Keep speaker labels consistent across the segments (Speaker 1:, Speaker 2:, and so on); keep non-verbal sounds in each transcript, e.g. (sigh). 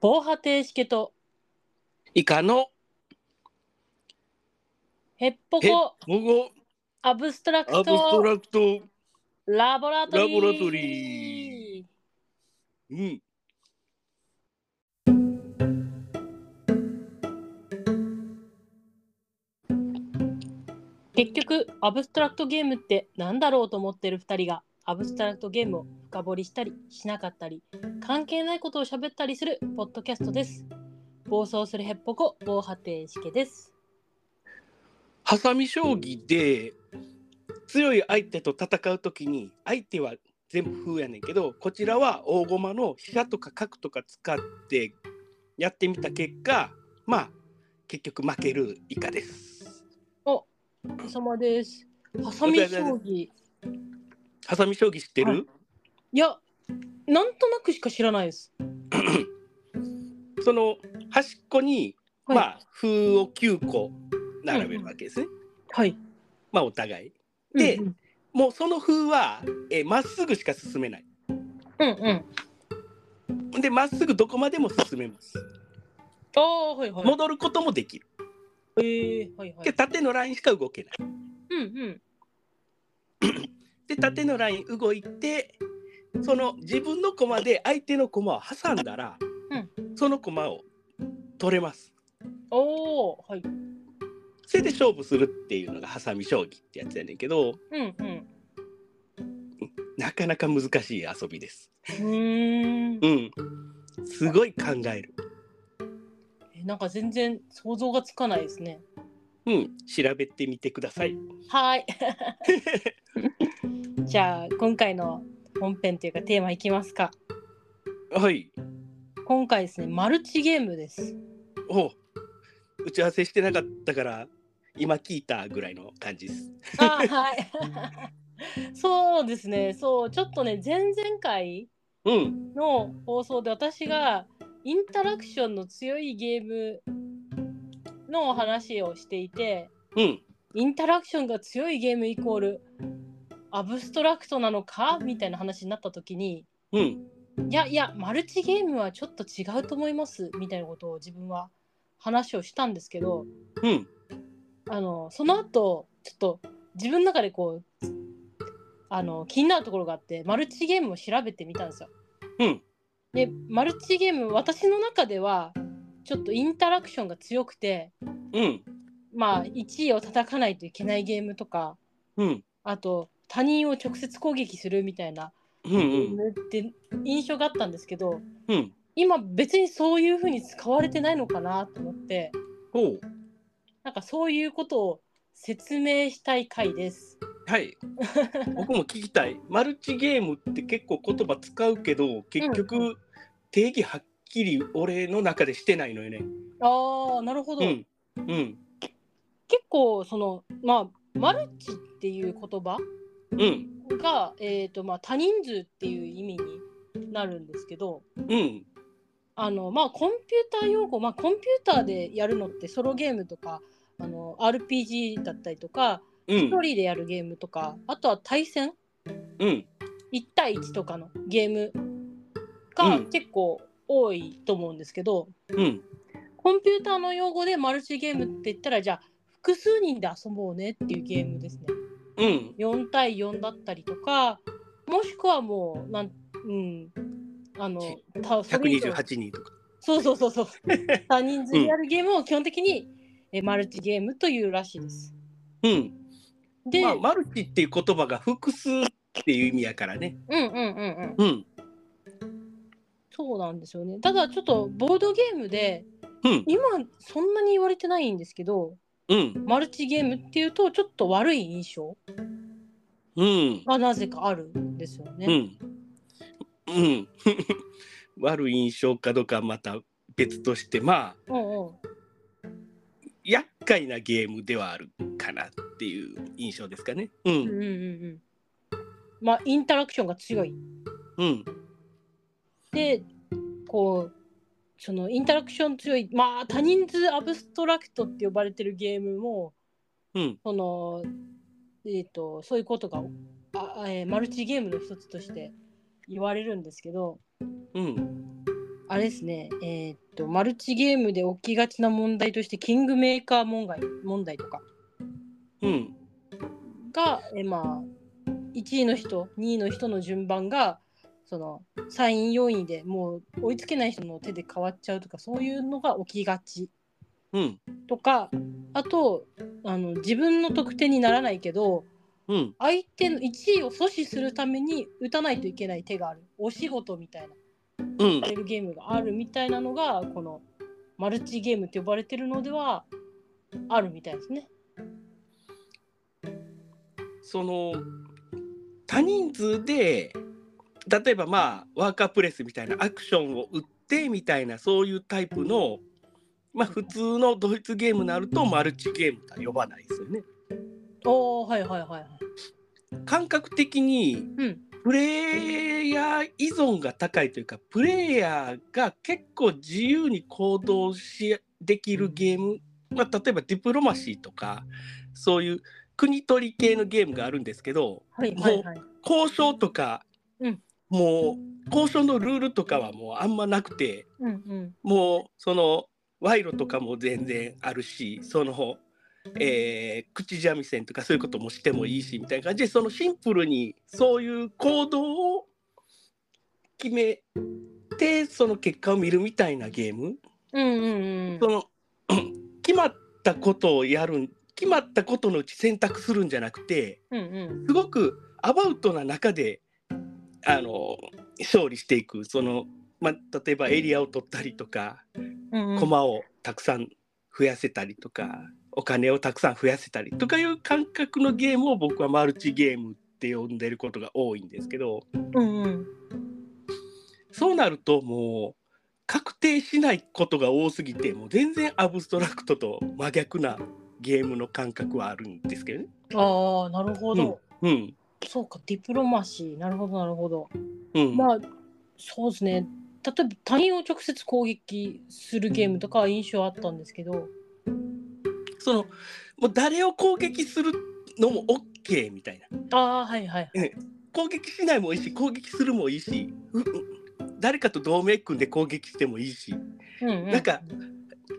Speaker 1: 防波堤式と
Speaker 2: 以下の
Speaker 1: ヘッポ
Speaker 2: ヘッ
Speaker 1: コ
Speaker 2: ポコ
Speaker 1: アブストラク
Speaker 2: アブスト
Speaker 1: ト
Speaker 2: ラクト、
Speaker 1: ラボラトリー
Speaker 2: ラボラトリうん、
Speaker 1: 結局アブストラクトゲームって何だろうと思ってる2人がアブストラクトゲームを深掘りしたりしなかったり関係ないことを喋ったりするポッドキャストです暴走するヘッポコ防波堤式です
Speaker 2: ハサミ将棋で強い相手と戦うときに相手は全部風やねんけどこちらは大駒の飛車とか角とか使ってやってみた結果まあ結局負ける以下です
Speaker 1: おお様ですハサミ将棋い
Speaker 2: ハサミ将棋知ってる、
Speaker 1: はいやなんとなくしか知らないです
Speaker 2: その端っこに、
Speaker 1: はい
Speaker 2: まあ風を9個並べるわけですね、
Speaker 1: はい
Speaker 2: まあお互いで
Speaker 1: うん
Speaker 2: もうその風はえーまっすぐしか進めない
Speaker 1: うんうんうん
Speaker 2: でまっすぐどこまでも進めます
Speaker 1: ああはいはい
Speaker 2: 戻ることもできる
Speaker 1: ええはいはい
Speaker 2: で縦のラインしか動けない
Speaker 1: うんうん
Speaker 2: で縦のライン動いてその自分の駒で相手の駒を挟んだら、
Speaker 1: うん
Speaker 2: その駒を取れます
Speaker 1: おおはい
Speaker 2: それで勝負するっていうのがハサミ将棋ってやつやねんけど
Speaker 1: うんうん
Speaker 2: なかなか難しい遊びです
Speaker 1: うーん
Speaker 2: うんすごい考える
Speaker 1: えなんか全然想像がつかないですね。
Speaker 2: うん調べてみてください
Speaker 1: はーい。 (laughs) じゃあ今回の本編というかテーマいきますか。
Speaker 2: はい
Speaker 1: 今回ですねマルチゲームです。
Speaker 2: おう打ち合わせしてなかったから今聞いたぐらいの感じです
Speaker 1: あーはい。 (laughs) そうですね。そうちょっとね前々回
Speaker 2: うん
Speaker 1: の放送で私がインタラクションの強いゲームのお話をしていて、
Speaker 2: うん
Speaker 1: インタラクションが強いゲームイコールアブストラクトなのかみたいな話になった時に。
Speaker 2: うん
Speaker 1: いやいやマルチゲームはちょっと違うと思いますみたいなことを自分は話をしたんですけど
Speaker 2: うん
Speaker 1: あのその後ちょっと自分の中でこうあの気になるところがあってマルチゲームを調べてみたんですよ。
Speaker 2: うん
Speaker 1: でマルチゲーム私の中ではちょっとインタラクションが強くて
Speaker 2: うん
Speaker 1: まあ1位を叩かないといけないゲームとか
Speaker 2: うん
Speaker 1: あと他人を直接攻撃するみたいな
Speaker 2: うんう
Speaker 1: ゲー
Speaker 2: ん
Speaker 1: ムって印象があったんですけど。
Speaker 2: うん
Speaker 1: 今別にそういう風に使われてないのかなと思って
Speaker 2: おう
Speaker 1: なんかそういうことを説明したい回です。
Speaker 2: はい。僕も聞きたい。マルチゲームって結構言葉使うけど、結局定義はっきり俺の中でしてないのよね。
Speaker 1: あーなるほど、
Speaker 2: うん。うん。
Speaker 1: 結構そのまあマルチっていう言葉
Speaker 2: うん。
Speaker 1: が、えーとまあ、多人数っていう意味になるんですけど
Speaker 2: うん。
Speaker 1: あのまあコンピューター用語、まあ、コンピューターでやるのってソロゲームとかあの RPG だったりとか
Speaker 2: う
Speaker 1: 一
Speaker 2: ん。
Speaker 1: 人でやるゲームとかあとは対戦
Speaker 2: うん。
Speaker 1: 1対1とかのゲーム
Speaker 2: う
Speaker 1: が
Speaker 2: ん
Speaker 1: 結構多いと思うんですけど、
Speaker 2: うん。
Speaker 1: コンピューターの用語でマルチゲームって言ったらじゃあ複数人で遊ぼうねっていうゲームですね
Speaker 2: うん。
Speaker 1: 4対4だったりとかもしくはもうなんうんあのたそれ以上
Speaker 2: 128人とか。
Speaker 1: そうそうそうそ
Speaker 2: (laughs)
Speaker 1: う他人数でやるゲームを基本的に、えマルチゲームというらしいです
Speaker 2: うん。
Speaker 1: で、
Speaker 2: まあマルチっていう言葉が複数っていう意味やからね。
Speaker 1: うんうんうんうん
Speaker 2: うん。
Speaker 1: そうなんですよねただちょっとボードゲームで
Speaker 2: うん。
Speaker 1: 今そんなに言われてないんですけど
Speaker 2: うん。
Speaker 1: マルチゲームっていうとちょっと悪い印象
Speaker 2: うん。
Speaker 1: がなぜかあるんですよね。
Speaker 2: うん。うん。悪い印象かどうかはまた別として、まあ。
Speaker 1: うんうん、
Speaker 2: 厄介なゲームではあるかなっていう印象ですかね。う
Speaker 1: うん
Speaker 2: ん
Speaker 1: うんうんうん。まあインタラクションが強い。
Speaker 2: うん
Speaker 1: でこうそのインタラクション強いまあ多人数アブストラクトって呼ばれてるゲームも
Speaker 2: うん
Speaker 1: そのえっ、とそういうことがあ、えーマルチゲームの一つとして言われるんですけど
Speaker 2: うん
Speaker 1: あれですね、えーっと、マルチゲームで起きがちな問題として、キングメーカー問題問題とか
Speaker 2: うん
Speaker 1: が、えーまあ、1位の人、2位の人の順番が、その3位、4位でもう追いつけない人の手で変わっちゃうとか、そういうのが起きがち
Speaker 2: うん
Speaker 1: とか、あとあの、自分の得点にならないけど、
Speaker 2: うん
Speaker 1: 相手の1位を阻止するために打たないといけない手がある、お仕事みたいな。
Speaker 2: うん
Speaker 1: やってるゲームがあるみたいなのがこのマルチゲームって呼ばれてるのではあるみたいですね。
Speaker 2: その多人数で例えばまあワーカープレスみたいなアクションを打ってみたいなそういうタイプのまあ普通のドイツゲームになるとマルチゲームとは呼ばないですよね。
Speaker 1: おーはいはいはいはい。
Speaker 2: 感覚的に
Speaker 1: うん
Speaker 2: プレイヤー依存が高いというかプレイヤーが結構自由に行動しできるゲーム、まあ、例えばディプロマシーとかそういう国取り系のゲームがあるんですけど
Speaker 1: はいはいはい。
Speaker 2: 交渉とか、
Speaker 1: うん
Speaker 2: もう交渉のルールとかはもうあんまなくて
Speaker 1: うんうん
Speaker 2: もうその賄賂とかも全然あるしその、えー口三味線とかそういうこともしてもいいしみたいな感じでそのシンプルにそういう行動を決めてその結果を見るみたいなゲーム
Speaker 1: うんうん
Speaker 2: その (clears throat) 決まったことをやるん決まったことのうち選択するんじゃなくて
Speaker 1: うんうん
Speaker 2: すごくアバウトな中であの勝利していくその、まあ、例えばエリアを取ったりとか
Speaker 1: うんうん。
Speaker 2: 駒をたくさん増やせたりとかお金をたくさん増やせたりとかいう感覚のゲームを僕はマルチゲームって呼んでることが多いんですけど
Speaker 1: うんうん。
Speaker 2: そうなるともう確定しないことが多すぎてもう全然アブストラクトと真逆なゲームの感覚はあるんですけどね。
Speaker 1: ああなるほど、
Speaker 2: うん
Speaker 1: そうかディプロマシーなるほどなるほど。
Speaker 2: うん
Speaker 1: まあそうですね。例えば他人を直接攻撃するゲームとかは印象あったんですけど。
Speaker 2: そのもう誰を攻撃するのも OK みたいな
Speaker 1: ああはいはい。
Speaker 2: 攻撃しないもいいし攻撃するもいいしううん誰かと同盟組んで攻撃してもいいし
Speaker 1: うんうん、
Speaker 2: なんか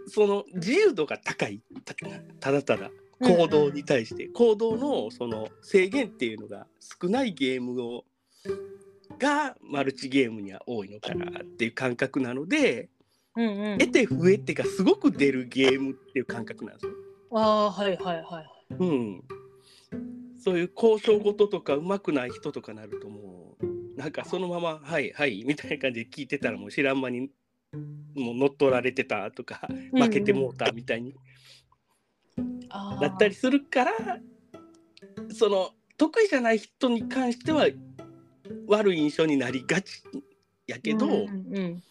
Speaker 2: その自由度が高いたただただ行動に対して、行動のその制限っていうのが少ないゲームをがマルチゲームには多いのかなっていう感覚なので
Speaker 1: うんうんうん。
Speaker 2: 得て増えてがすごく出るゲームっていう感覚なんですよ。
Speaker 1: ああーはいはいはい。
Speaker 2: うん、そういう交渉事とかうまくない人とかなるともうなんかそのまま「はいはい」みたいな感じで聞いてたらもう知らん間にもう乗っ取られてたとか
Speaker 1: うん
Speaker 2: 負けてもうたみたいに
Speaker 1: あー
Speaker 2: だったりするから、その得意じゃない人に関しては悪い印象になりがちやけど、
Speaker 1: うんうん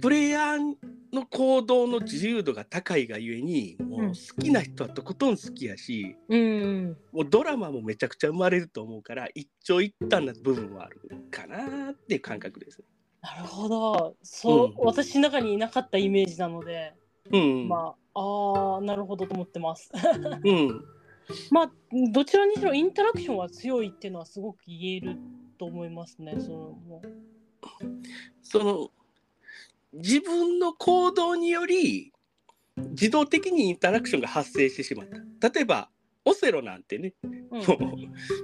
Speaker 2: プレイヤーの行動の自由度が高いがゆえにもう
Speaker 1: うん
Speaker 2: 好きな人はとことん好きやし。
Speaker 1: うん
Speaker 2: もうドラマもめちゃくちゃ生まれると思うから一長一短な部分はあるかなっていう感覚ですね。
Speaker 1: なるほどそう、
Speaker 2: うん
Speaker 1: 私の中にいなかったイメージなので、
Speaker 2: うん、
Speaker 1: まああーなるほどと思ってます (laughs)
Speaker 2: うん、
Speaker 1: まあどちらにしろインタラクションは強いっていうのはすごく言えると思いますねそのもう
Speaker 2: その自分の行動により自動的にインタラクションが発生してしまった。例えばオセロなんてね、
Speaker 1: うん
Speaker 2: もう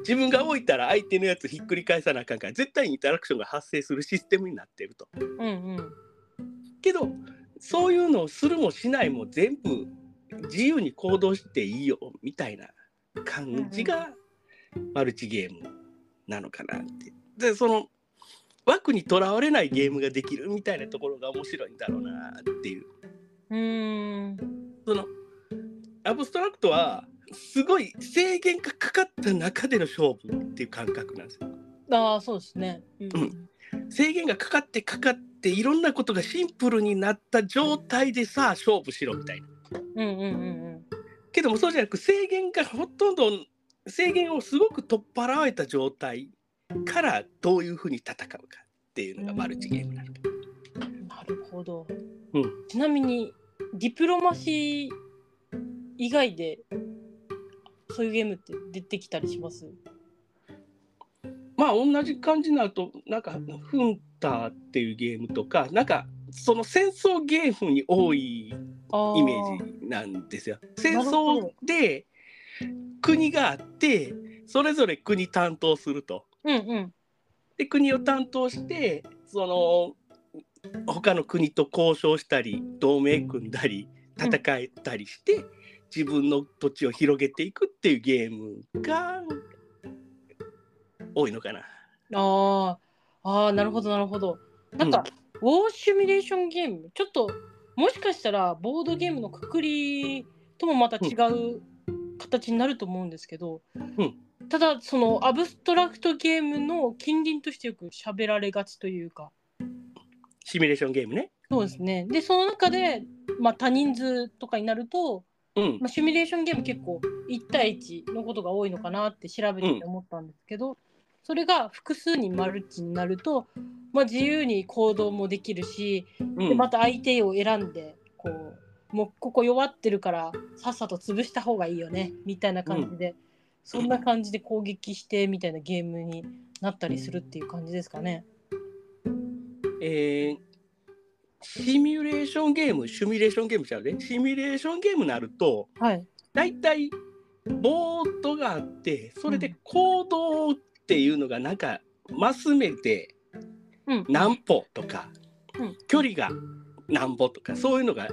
Speaker 2: 自分が置いたら相手のやつひっくり返さなあかんから絶対にインタラクションが発生するシステムになってると。
Speaker 1: うんうん
Speaker 2: けどそういうのをするもしないも全部自由に行動していいよみたいな感じがマルチゲームなのかなって。でその枠にとらわれないゲームができるみたいなところが面白いんだろうなっていう。
Speaker 1: うーん
Speaker 2: そのアブストラクトはすごい制限がかかった中での勝負っていう感覚なんですよ。
Speaker 1: ああそうですねうん
Speaker 2: う制限がかかってかかっていろんなことがシンプルになった状態でさあ勝負しろみたいな。
Speaker 1: うんうんうん
Speaker 2: けどもそうじゃなく制限がほとんど制限をすごく取っ払われた状態からどういうふうに戦うかっていうのがマルチゲームなのか。
Speaker 1: うんなるほど、
Speaker 2: うん
Speaker 1: ちなみにディプロマシー以外でそういうゲームって出てきたりします
Speaker 2: まあ同じ感じになるとなんか「ふん」ターっていうゲームとかなんかその戦争ゲームに多い
Speaker 1: あ
Speaker 2: イメージなんですよ。戦
Speaker 1: なるほ
Speaker 2: 争
Speaker 1: ど
Speaker 2: で国があってそれぞれ国担当すると。
Speaker 1: うんうん
Speaker 2: で国を担当してその他の国と交渉したり同盟組んだり
Speaker 1: うん
Speaker 2: 戦えたりして、自分の土地を広げていくっていうゲームが多いのかな。
Speaker 1: あーあーなるほどなるほどなんか、ウォーシミュレーションゲームちょっともしかしたらボードゲームのくくりともまた違う形になると思うんですけど、
Speaker 2: うん
Speaker 1: ただそのアブストラクトゲームの近隣としてよく喋られがちというか
Speaker 2: シミュレーションゲームね。
Speaker 1: そうですねでその中で、まあ、多人数とかになると、
Speaker 2: うん
Speaker 1: まあ、シミュレーションゲーム結構1対1のことが多いのかなって調べてて思ったんですけど、それが複数にマルチになると、まあ、自由に行動もできるし
Speaker 2: う
Speaker 1: で
Speaker 2: ん
Speaker 1: また相手を選んでこうもうここ弱ってるからさっさと潰した方がいいよねみたいな感じで、そんな感じで攻撃してみたいなゲームになったりするっていう感じですかね。
Speaker 2: えーシミュレーションゲームシミュレーションゲームちゃうねシミュレーションゲームになると
Speaker 1: はい、
Speaker 2: 大体ボートがあってそれで行動っていうのがなんかマス目で
Speaker 1: うん
Speaker 2: 何歩とか、
Speaker 1: うん
Speaker 2: 距離が何歩とかそういうのが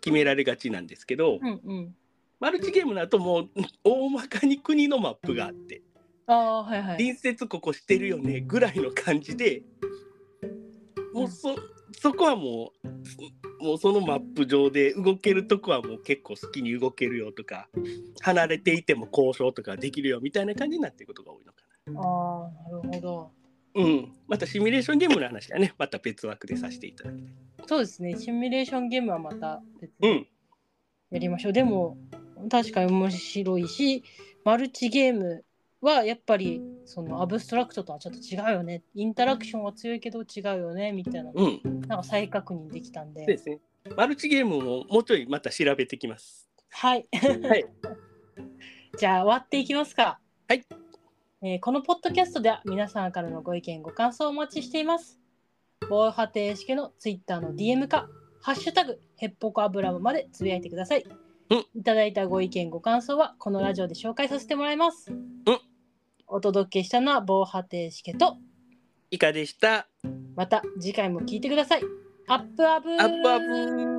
Speaker 2: 決められがちなんですけど、
Speaker 1: うんうん、
Speaker 2: マルチゲームだともう大まかに国のマップがあって、
Speaker 1: あーはいはい
Speaker 2: 隣接ここしてるよねぐらいの感じでもうそそこはもうもうそのマップ上で動けるとこはもう結構好きに動けるよとか離れていても交渉とかできるよみたいな感じになっていくことが多いのか
Speaker 1: ああ、なるほど。
Speaker 2: な。うん、またシミュレーションゲームの話はねまた別枠でさせていただきたい。
Speaker 1: そうですね。シミュレーションゲームはまた別
Speaker 2: う
Speaker 1: に
Speaker 2: ん
Speaker 1: やりましょう。でも、確かに面白いし、マルチゲームはやっぱり、そのアブストラクトとはちょっと違うよね。インタラクションは強いけど違うよね、みたいな。
Speaker 2: うん、
Speaker 1: なんか再確認できたん
Speaker 2: そう
Speaker 1: で。
Speaker 2: ですねマルチゲームももうちょいまた調べてきます。
Speaker 1: はい。
Speaker 2: はい、
Speaker 1: (laughs) じゃあ終わっていきますか。
Speaker 2: はい。
Speaker 1: えーこのポッドキャストでは皆さんからのご意見ご感想をお待ちしています。防波堤式のツイッターの DM かハッシュタグヘッポコアブラムまでつぶやいてください。
Speaker 2: うん
Speaker 1: いただいたご意見ご感想はこのラジオで紹介させてもらいます。お届けしたのは防波堤式と
Speaker 2: いかでした
Speaker 1: また次回も聞いてください。アップアブ
Speaker 2: アップアップ